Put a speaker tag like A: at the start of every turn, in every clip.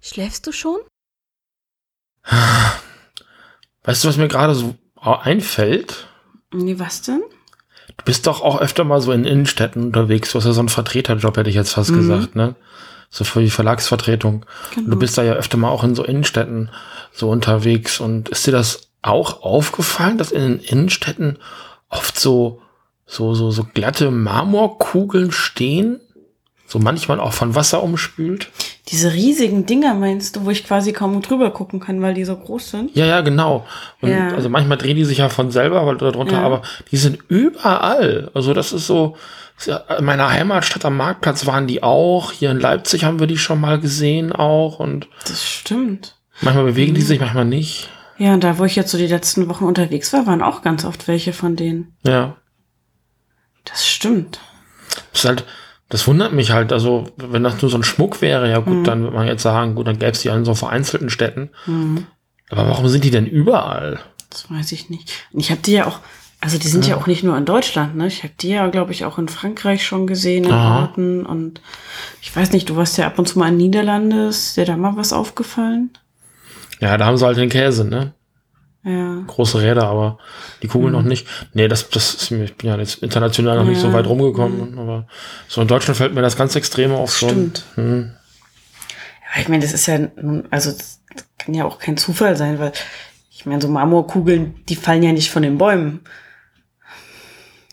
A: Schläfst du schon?
B: Weißt du, was mir gerade so einfällt?
A: Nee, was denn?
B: Du bist doch auch öfter mal so in Innenstädten unterwegs. Du hast ja so einen Vertreterjob, hätte ich jetzt fast
A: Mhm.
B: gesagt, ne? So für die Verlagsvertretung. Und
A: Genau.
B: Du bist da ja öfter mal auch in so Innenstädten so unterwegs. Und ist dir das auch aufgefallen, dass in den Innenstädten oft so, so, so, so glatte Marmorkugeln stehen? So manchmal auch von Wasser umspült?
A: Diese riesigen Dinger meinst du, wo ich quasi kaum drüber gucken kann, weil die so groß sind?
B: Ja, ja, genau. Und
A: Ja.
B: also manchmal drehen die sich ja von selber weil darunter,
A: Ja.
B: aber die sind überall. Also das ist so, ist ja- in meiner Heimatstadt am Marktplatz waren die auch. Hier in Leipzig haben wir die schon mal gesehen auch. Und
A: Das stimmt.
B: manchmal bewegen
A: Mhm.
B: die sich, manchmal nicht.
A: Ja, und da, wo ich jetzt so die letzten Wochen unterwegs war, waren auch ganz oft welche von denen.
B: Ja.
A: Das stimmt.
B: Das ist halt, das wundert mich halt. Also, wenn das nur so ein Schmuck wäre, ja
A: Mhm.
B: gut, dann würde man jetzt sagen, gut, dann gäbe es die an so vereinzelten Städten.
A: Hm,
B: Aber warum sind die denn überall?
A: das weiß ich nicht. Und ich habe die ja auch, also die sind ja, auch nicht nur in Deutschland, ne? Ich habe die ja, glaube ich, auch in Frankreich schon gesehen, in
B: Aha.
A: Orten. Und ich weiß nicht, du warst ja ab und zu mal in Niederlande. Ist dir da mal was aufgefallen?
B: Ja, da haben sie halt den Käse, ne?
A: Ja.
B: große Räder, aber die Kugeln noch nicht. Nee, das, das ist mir, ich bin ja jetzt international noch nicht so
A: Mhm. Ja.
B: weit rumgekommen, aber so in Deutschland fällt mir das ganz Extreme auf schon.
A: Stimmt.
B: Hm.
A: Ja, ich meine, das ist ja, nun- also das kann ja auch kein Zufall sein, weil ich meine, so Marmorkugeln, die fallen ja nicht von den Bäumen.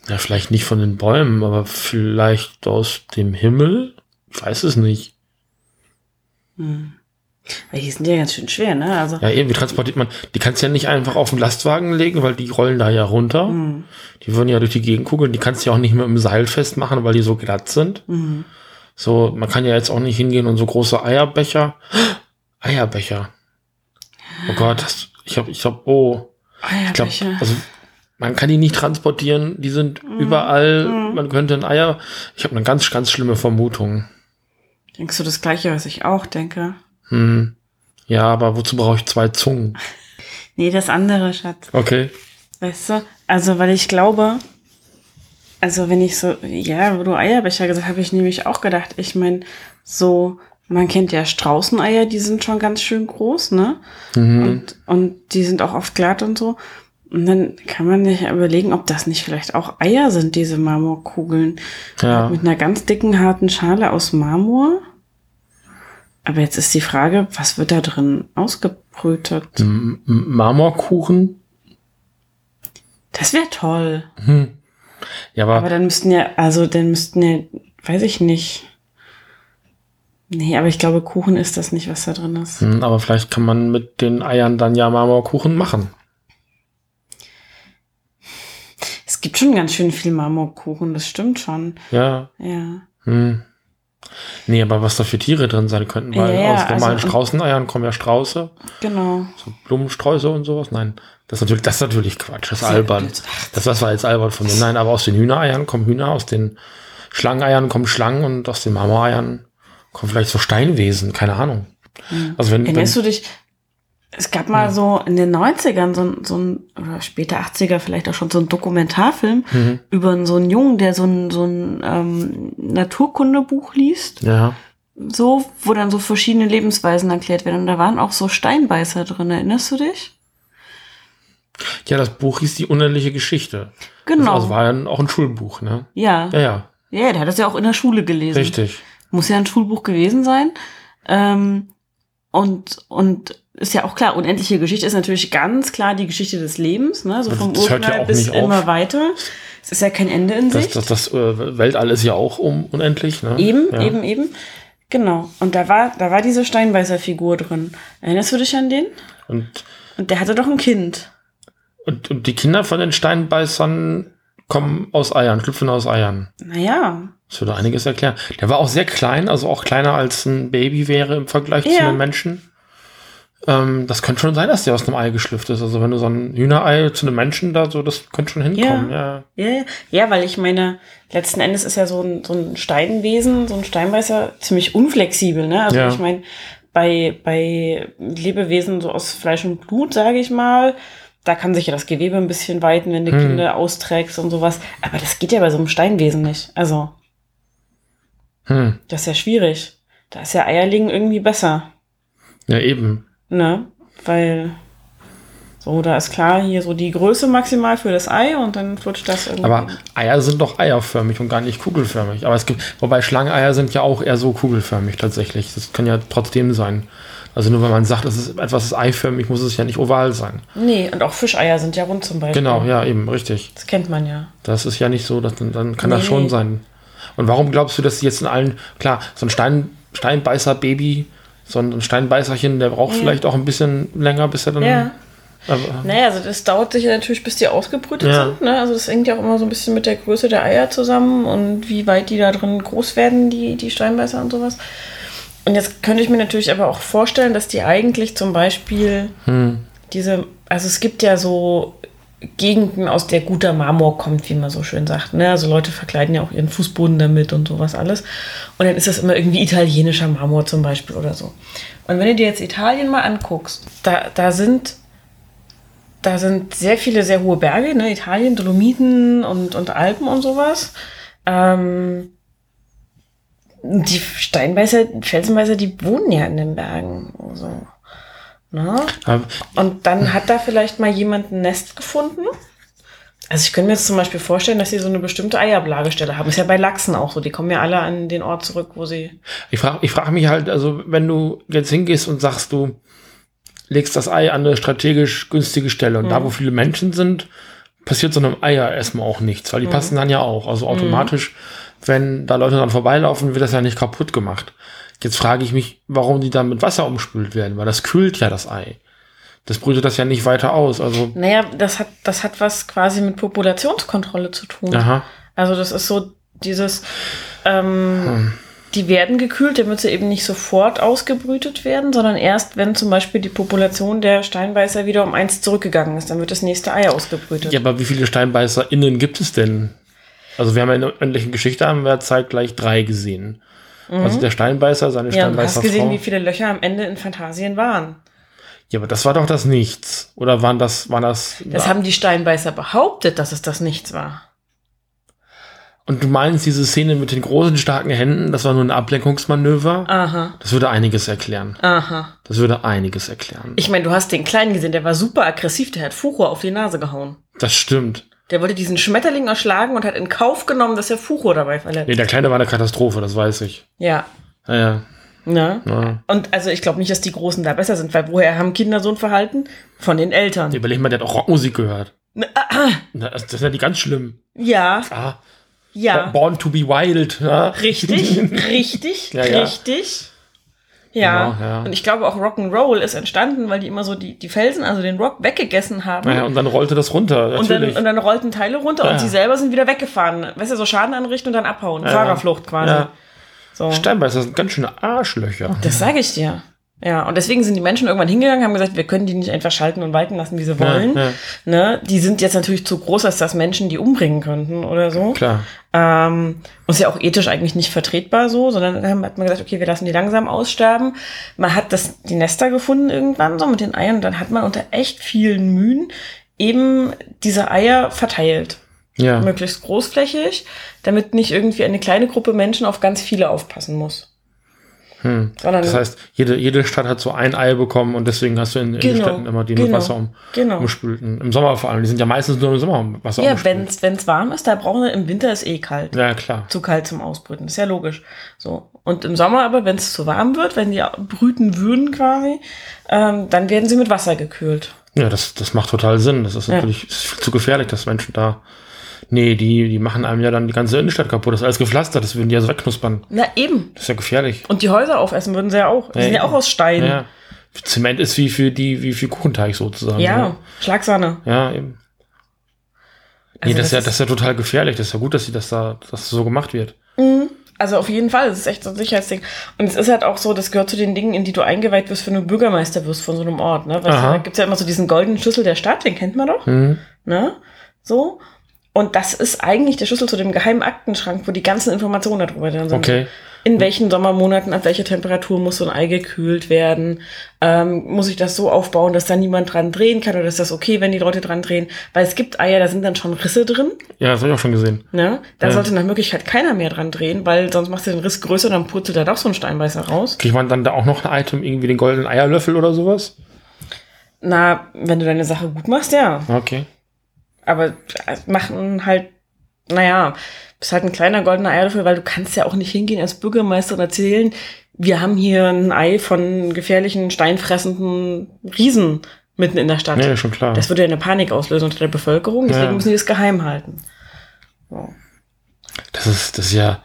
B: Ja, vielleicht nicht von den Bäumen, aber vielleicht aus dem Himmel? Ich weiß es nicht.
A: Weil die sind ja ganz schön schwer, ne? Also,
B: Ja, eben, wie transportiert man? Die kannst du ja nicht einfach auf den Lastwagen legen, weil die rollen da ja runter.
A: Mhm.
B: Die würden ja durch die Gegend kugeln. Die kannst du ja auch nicht mit dem Seil festmachen, weil die so glatt sind.
A: Mhm.
B: So, man kann ja jetzt auch nicht hingehen und so große Eierbecher. Eierbecher. Oh Gott, das, ich hab, ich hab, oh.
A: Ah, ja,
B: Ich glaube,
A: welche?
B: also man kann die nicht transportieren, die sind
A: Mhm.
B: überall, man könnte ein Eier. Ich habe eine ganz, ganz schlimme Vermutung.
A: Denkst du das Gleiche, was ich auch denke?
B: Hm. Ja, aber wozu brauche ich zwei Zungen?
A: Nee, das andere, Schatz.
B: Okay.
A: Weißt du? Also, weil ich glaube, also wenn ich so, ja, wo du Eierbecher gesagt habe ich nämlich auch gedacht, ich meine, so, man kennt ja Straußeneier, die sind schon ganz schön groß, ne?
B: Mhm.
A: Und, und die sind auch oft glatt und so. Und dann kann man sich ja überlegen, ob das nicht vielleicht auch Eier sind, diese Marmorkugeln.
B: Ja.
A: Mit einer ganz dicken, harten Schale aus Marmor. Aber jetzt ist die Frage, was wird da drin ausgebrütet?
B: M M- Marmorkuchen?
A: Das wäre toll.
B: Ja, aber,
A: Aber dann müssten ja, also dann müssten ja, weiß ich nicht. Nee, aber ich glaube, Kuchen ist das nicht, was da drin ist.
B: hm, aber vielleicht kann man mit den Eiern dann ja Marmorkuchen machen.
A: Es gibt schon ganz schön viel Marmorkuchen, das stimmt schon.
B: Ja.
A: Ja.
B: Hm. Nee, aber was da für Tiere drin sein könnten, weil
A: Ja, ja,
B: aus normalen
A: also-
B: Straußeneiern kommen ja Strauße,
A: Genau.
B: so Blumensträuße und sowas. Nein, das ist natürlich, das ist natürlich Quatsch, das ist
A: Ja,
B: albern.
A: blöd.
B: Das, das war jetzt albern von mir. Nein, aber aus den Hühnereiern kommen Hühner, aus den Schlangeneiern kommen Schlangen und aus den Marmoreiern kommen vielleicht so Steinwesen, keine Ahnung. Also wenn, wenn
A: Erinnerst Mhm. du dich, es gab mal so in den 90ern so ein, so ein, oder später 80er vielleicht auch schon so ein Dokumentarfilm
B: Mhm.
A: über so einen Jungen, der so ein, so ein ähm, Naturkundebuch liest,
B: ja,
A: so, wo dann so verschiedene Lebensweisen erklärt werden. Und da waren auch so Steinbeißer drin, erinnerst du dich?
B: ja, das Buch hieß die unendliche Geschichte.
A: Genau.
B: Das also war ja auch ein Schulbuch, ne?
A: ja.
B: Ja, ja,
A: ja, der hat das ja auch in der Schule gelesen.
B: richtig.
A: Muss ja ein Schulbuch gewesen sein. Ähm, und, und ist ja auch klar, unendliche Geschichte ist natürlich ganz klar die Geschichte des Lebens, ne? So
B: Das
A: vom
B: hört ja
A: Urknall
B: auch
A: bis
B: nicht auf.
A: immer weiter. Es ist ja kein Ende in
B: Das,
A: Sicht.
B: das, das äh, Weltall ist ja auch um, unendlich, ne?
A: eben,
B: ja.
A: eben, eben. Genau. Und da war, da war diese Steinbeißer-Figur drin. Erinnerst du dich an den?
B: Und,
A: Und der hatte doch ein Kind.
B: und, und die Kinder von den Steinbeißern kommen aus Eiern, schlüpfen aus Eiern.
A: Naja.
B: Das würde einiges erklären. Der war auch sehr klein, also auch kleiner als ein Baby wäre im Vergleich zu
A: Ja.
B: einem Menschen. Ähm, das könnte schon sein, dass der aus einem Ei geschlüpft ist. Also wenn du so ein Hühnerei zu einem Menschen da so, das könnte schon hinkommen. Ja.
A: Ja, ja. ja, weil ich meine, letzten Endes ist ja so ein, so ein Steinwesen, so ein Steinbeißer ziemlich unflexibel, ne? Also
B: Ja.
A: ich meine, bei, bei Lebewesen so aus Fleisch und Blut, sage ich mal, da kann sich ja das Gewebe ein bisschen weiten, wenn du
B: Hm.
A: Kinder austrägst und sowas. Aber das geht ja bei so einem Steinwesen nicht. Also,
B: Hm.
A: das ist ja schwierig. Da ist ja Eierlegen irgendwie besser.
B: Ja, eben.
A: Ne? Weil so, da ist klar hier so die Größe maximal für das Ei und dann flutscht das irgendwie.
B: Aber Eier sind doch eierförmig und gar nicht kugelförmig. Aber es gibt, wobei Schlangeneier sind ja auch eher so kugelförmig tatsächlich. Das kann ja trotzdem sein. Also nur wenn man sagt, es ist etwas ist eiförmig, muss es ja nicht oval sein.
A: nee, und auch Fischeier sind ja rund zum Beispiel.
B: Genau, ja, eben, richtig.
A: Das kennt man ja.
B: Das ist ja nicht so, dass, dann, dann kann das
A: Nee.
B: schon sein. Und warum glaubst du, dass die jetzt in allen, klar, so ein Stein, Steinbeißer-Baby, so ein Steinbeißerchen, der braucht vielleicht auch ein bisschen länger, bis er dann.
A: Ja.
B: Aber,
A: Naja, also das dauert sicher natürlich, bis die ausgebrütet
B: Ja.
A: sind. Ne? Also das hängt ja auch immer so ein bisschen mit der Größe der Eier zusammen und wie weit die da drin groß werden, die, die Steinbeißer und sowas. Und jetzt könnte ich mir natürlich aber auch vorstellen, dass die eigentlich zum Beispiel diese, also es gibt ja so Gegenden, aus der guter Marmor kommt, wie man so schön sagt. Ne? Also Leute verkleiden ja auch ihren Fußboden damit und sowas alles. Und dann ist das immer irgendwie italienischer Marmor zum Beispiel oder so. Und wenn du dir jetzt Italien mal anguckst, da, da sind da sind sehr viele sehr hohe Berge, ne? Italien, Dolomiten und, und Alpen und sowas. Ähm, die Steinbeißer, Felsenbeißer, die wohnen ja in den Bergen. So. Ne?
B: aber
A: Und dann hat da vielleicht mal jemand ein Nest gefunden. Also ich könnte mir jetzt zum Beispiel vorstellen, dass sie so eine bestimmte Eiablagestelle haben. Ist ja bei Lachsen auch so. Die kommen ja alle an den Ort zurück, wo sie.
B: Ich frage ich frag mich halt, also wenn du jetzt hingehst und sagst, du legst das Ei an eine strategisch günstige Stelle und da, wo viele Menschen sind, passiert so einem Eier erstmal auch nichts, weil die passen dann ja auch. Also automatisch, wenn da Leute dann vorbeilaufen, wird das ja nicht kaputt gemacht. Jetzt frage ich mich, warum die dann mit Wasser umspült werden, weil das kühlt ja das Ei. Das brütet das ja nicht weiter aus. Also,
A: Naja, das hat, das hat was quasi mit Populationskontrolle zu tun.
B: aha.
A: Also das ist so dieses, ähm,
B: Hm.
A: die werden gekühlt, damit sie eben nicht sofort ausgebrütet werden, sondern erst, wenn zum Beispiel die Population der Steinbeißer wieder um eins zurückgegangen ist, dann wird das nächste Ei ausgebrütet.
B: Ja, aber wie viele SteinbeißerInnen gibt es denn? Also wir haben ja in der unendlichen Geschichte haben wir zeitgleich drei gesehen. Also der Steinbeißer, seine
A: Mhm. Ja, und du hast
B: Steinbeißerfrau.
A: gesehen, wie viele Löcher am Ende in Fantasien waren.
B: ja, aber das war doch das Nichts. Oder waren das, waren das.
A: Das haben die Steinbeißer behauptet, dass es das nichts war.
B: und du meinst, diese Szene mit den großen, starken Händen, das war nur ein Ablenkungsmanöver?
A: Aha,
B: Das würde einiges erklären.
A: aha.
B: Das würde einiges erklären.
A: Ich meine, du hast den Kleinen gesehen, der war super aggressiv, der hat Fuchur auf die Nase gehauen.
B: das stimmt.
A: Der wollte diesen Schmetterling erschlagen und hat in Kauf genommen, dass er Fuchur dabei verletzt.
B: Nee, der Kleine war eine Katastrophe, das weiß ich.
A: Ja,
B: Ja, ja.
A: ne?
B: ja.
A: Und also ich glaube nicht, dass die Großen da besser sind, weil woher haben Kinder so ein Verhalten? Von den Eltern.
B: Überleg mal, der hat auch Rockmusik gehört.
A: Na, ah, ah.
B: Na, Das das sind ja die ganz schlimm.
A: Ja,
B: Ah,
A: ja.
B: Born to be wild. Ja.
A: Richtig, richtig,
B: Ja, ja.
A: richtig. Ja.
B: Genau, ja.
A: Und ich glaube auch Rock'n'Roll ist entstanden, weil die immer so die, die Felsen, also den Rock, weggegessen haben.
B: Naja, und dann rollte das runter.
A: und, dann,
B: Natürlich.
A: und dann rollten Teile runter
B: Ja.
A: und sie selber sind wieder weggefahren. Weißt du, so Schaden anrichten und dann abhauen. Fahrerflucht quasi.
B: Ja.
A: So.
B: Steinbeißer sind ganz schöne Arschlöcher.
A: Das sage ich dir. Ja, und deswegen sind die Menschen irgendwann hingegangen, haben gesagt, wir können die nicht einfach schalten und walten lassen, wie sie wollen.
B: ja.
A: Ne? Die sind jetzt natürlich zu groß, als dass Menschen die umbringen könnten oder so.
B: Klar.
A: Ähm, und ist ja auch ethisch eigentlich nicht vertretbar so, sondern dann hat man gesagt, okay, wir lassen die langsam aussterben. Man hat das, die Nester gefunden irgendwann so mit den Eiern und dann hat man unter echt vielen Mühen eben diese Eier verteilt.
B: Ja.
A: Möglichst großflächig, damit nicht irgendwie eine kleine Gruppe Menschen auf ganz viele aufpassen muss.
B: Hm.
A: Sondern
B: Das heißt, jede, jede Stadt hat so ein Ei bekommen und deswegen hast du in, in den
A: Genau,
B: Städten immer die mit
A: genau,
B: Wasser um,
A: genau.
B: umspülten. Im Sommer vor allem. Die sind ja meistens nur im Sommer um Wasser
A: ja,
B: umspült.
A: wenn es warm ist, da brauchen wir, im Winter ist eh kalt.
B: Ja, klar.
A: zu kalt zum Ausbrüten. Ist ja logisch. So. Und im Sommer aber, wenn es zu warm wird, wenn die brüten würden quasi, ähm, dann werden sie mit Wasser gekühlt.
B: Ja, das, das macht total Sinn. Das ist
A: Ja.
B: natürlich ist viel zu gefährlich, dass Menschen da. Nee, die, die machen einem ja dann die ganze Innenstadt kaputt. Das ist alles gepflastert, das würden die ja so wegknuspern.
A: Na eben.
B: Das ist ja gefährlich.
A: Und die Häuser aufessen würden sie ja auch. Die
B: Ja,
A: sind ja
B: eben.
A: auch aus Stein. Ja,
B: Ja. Zement ist wie für die, wie für Kuchenteig sozusagen. ne?
A: Schlagsahne.
B: Ja, eben. Nee,
A: Also
B: das, ist
A: das
B: ja,
A: ist-
B: das ist ja total gefährlich. Das ist ja gut, dass sie das da, dass das so gemacht wird.
A: Also auf jeden Fall, es ist echt so ein Sicherheitsding. Und es ist halt auch so, das gehört zu den Dingen, in die du eingeweiht wirst, wenn du Bürgermeister wirst von so einem Ort. Ne? Weißt du,
B: Aha.
A: da gibt's ja immer so diesen goldenen Schlüssel der Stadt, den kennt man doch.
B: Mhm.
A: Ne? So. Und das ist eigentlich der Schlüssel zu dem geheimen Aktenschrank, wo die ganzen Informationen darüber drin sind.
B: Okay.
A: in welchen Sommermonaten, ab welcher Temperatur muss so ein Ei gekühlt werden? Ähm, muss ich das so aufbauen, dass da niemand dran drehen kann oder ist das okay, wenn die Leute dran drehen? Weil es gibt Eier, da sind dann schon Risse drin.
B: Ja, das habe ich auch schon gesehen.
A: Ne? Da
B: Ja.
A: sollte nach Möglichkeit keiner mehr dran drehen, weil sonst machst du den Riss größer, dann purzelt da doch so ein Steinbeißer raus.
B: Kriegt man dann da auch noch ein Item, irgendwie den goldenen Eierlöffel oder sowas?
A: Na, wenn du deine Sache gut machst, ja.
B: Okay.
A: Aber äh, machen halt, naja, ist halt ein kleiner goldener Eierlöffel, weil du kannst ja auch nicht hingehen als Bürgermeister und erzählen, wir haben hier ein Ei von gefährlichen, steinfressenden Riesen mitten in der Stadt.
B: Nee, schon klar.
A: Das würde ja eine Panik auslösen unter der Bevölkerung, deswegen
B: Ja.
A: müssen die es geheim halten. So.
B: Das ist, das ist ja.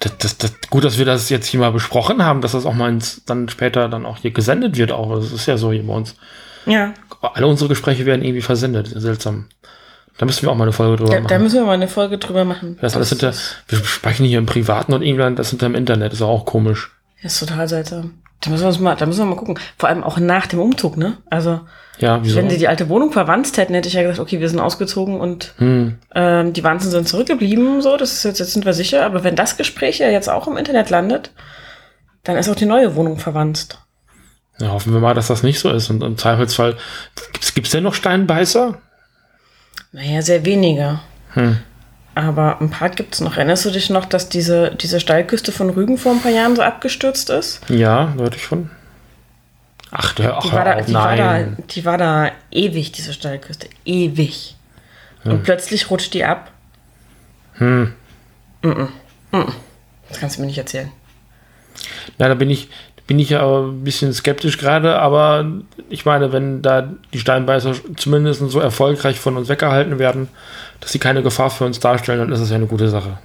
B: Das, das, das, gut, dass wir das jetzt hier mal besprochen haben, dass das auch mal ins, dann später dann auch hier gesendet wird. Auch das ist ja so hier bei uns.
A: Ja,
B: Alle unsere Gespräche werden irgendwie versendet. Seltsam. Da müssen wir auch mal eine Folge drüber
A: da,
B: machen.
A: da müssen wir mal eine Folge drüber machen.
B: das alles hinter, wir sprechen hier im Privaten und irgendwann das hinter im Internet. Ist auch komisch.
A: Das ist total seltsam. Da müssen wir uns mal, da müssen wir mal gucken. Vor allem auch nach dem Umzug, ne? Also,
B: Ja, wieso?
A: wenn sie die alte Wohnung verwanzt hätten, hätte ich ja gesagt, okay, wir sind ausgezogen und
B: Hm,
A: ähm, die Wanzen sind zurückgeblieben, so, das ist jetzt, jetzt sind wir sicher. Aber wenn das Gespräch ja jetzt auch im Internet landet, dann ist auch die neue Wohnung verwanzt.
B: ja, hoffen wir mal, dass das nicht so ist. Und im Zweifelsfall, gibt's, gibt's denn noch Steinbeißer?
A: Naja, sehr wenige.
B: Hm.
A: Aber ein paar gibt's noch. Erinnerst du dich noch, dass diese, diese Steilküste von Rügen vor ein paar Jahren so abgestürzt ist?
B: Ja, deutlich schon. Ach, der, ach,
A: Die
B: hör
A: war, da,
B: auf,
A: die, war da,
B: nein.
A: die war da ewig, diese Steilküste. Ewig.
B: Hm.
A: Und plötzlich rutscht die ab. Hm. Mm -mm. Mm -mm. Das kannst du mir nicht erzählen.
B: Ja, da bin ich, bin ich ja aber ein bisschen skeptisch gerade, aber ich meine, wenn da die Steinbeißer zumindest so erfolgreich von uns weggehalten werden, dass sie keine Gefahr für uns darstellen, dann ist das ja eine gute Sache.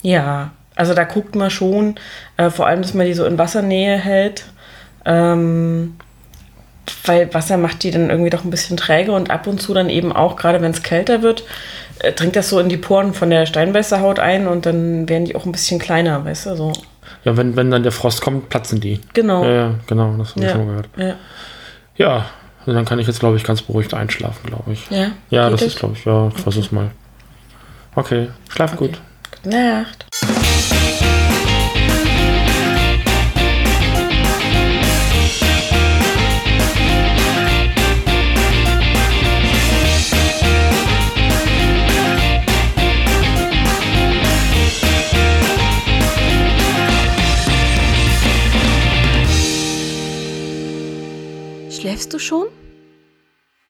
A: Ja, also da guckt man schon, äh, vor allem, dass man die so in Wassernähe hält. Ähm, weil Wasser macht die dann irgendwie doch ein bisschen träge und ab und zu dann eben auch, gerade wenn es kälter wird, äh, dringt das so in die Poren von der Steinbeißerhaut ein und dann werden die auch ein bisschen kleiner, weißt du, so.
B: Ja, wenn, wenn dann der Frost kommt, platzen die.
A: Genau.
B: Ja, ja genau, das habe ich
A: ja.
B: schon mal gehört.
A: ja.
B: Ja, also dann kann ich jetzt, glaube ich, ganz beruhigt einschlafen, glaube ich.
A: Ja,
B: Ja,
A: geht
B: das ist, glaube ich, ja, ich versuch's mal. Okay, schlaf gut.
A: Gute Nacht.
C: Schläfst du schon?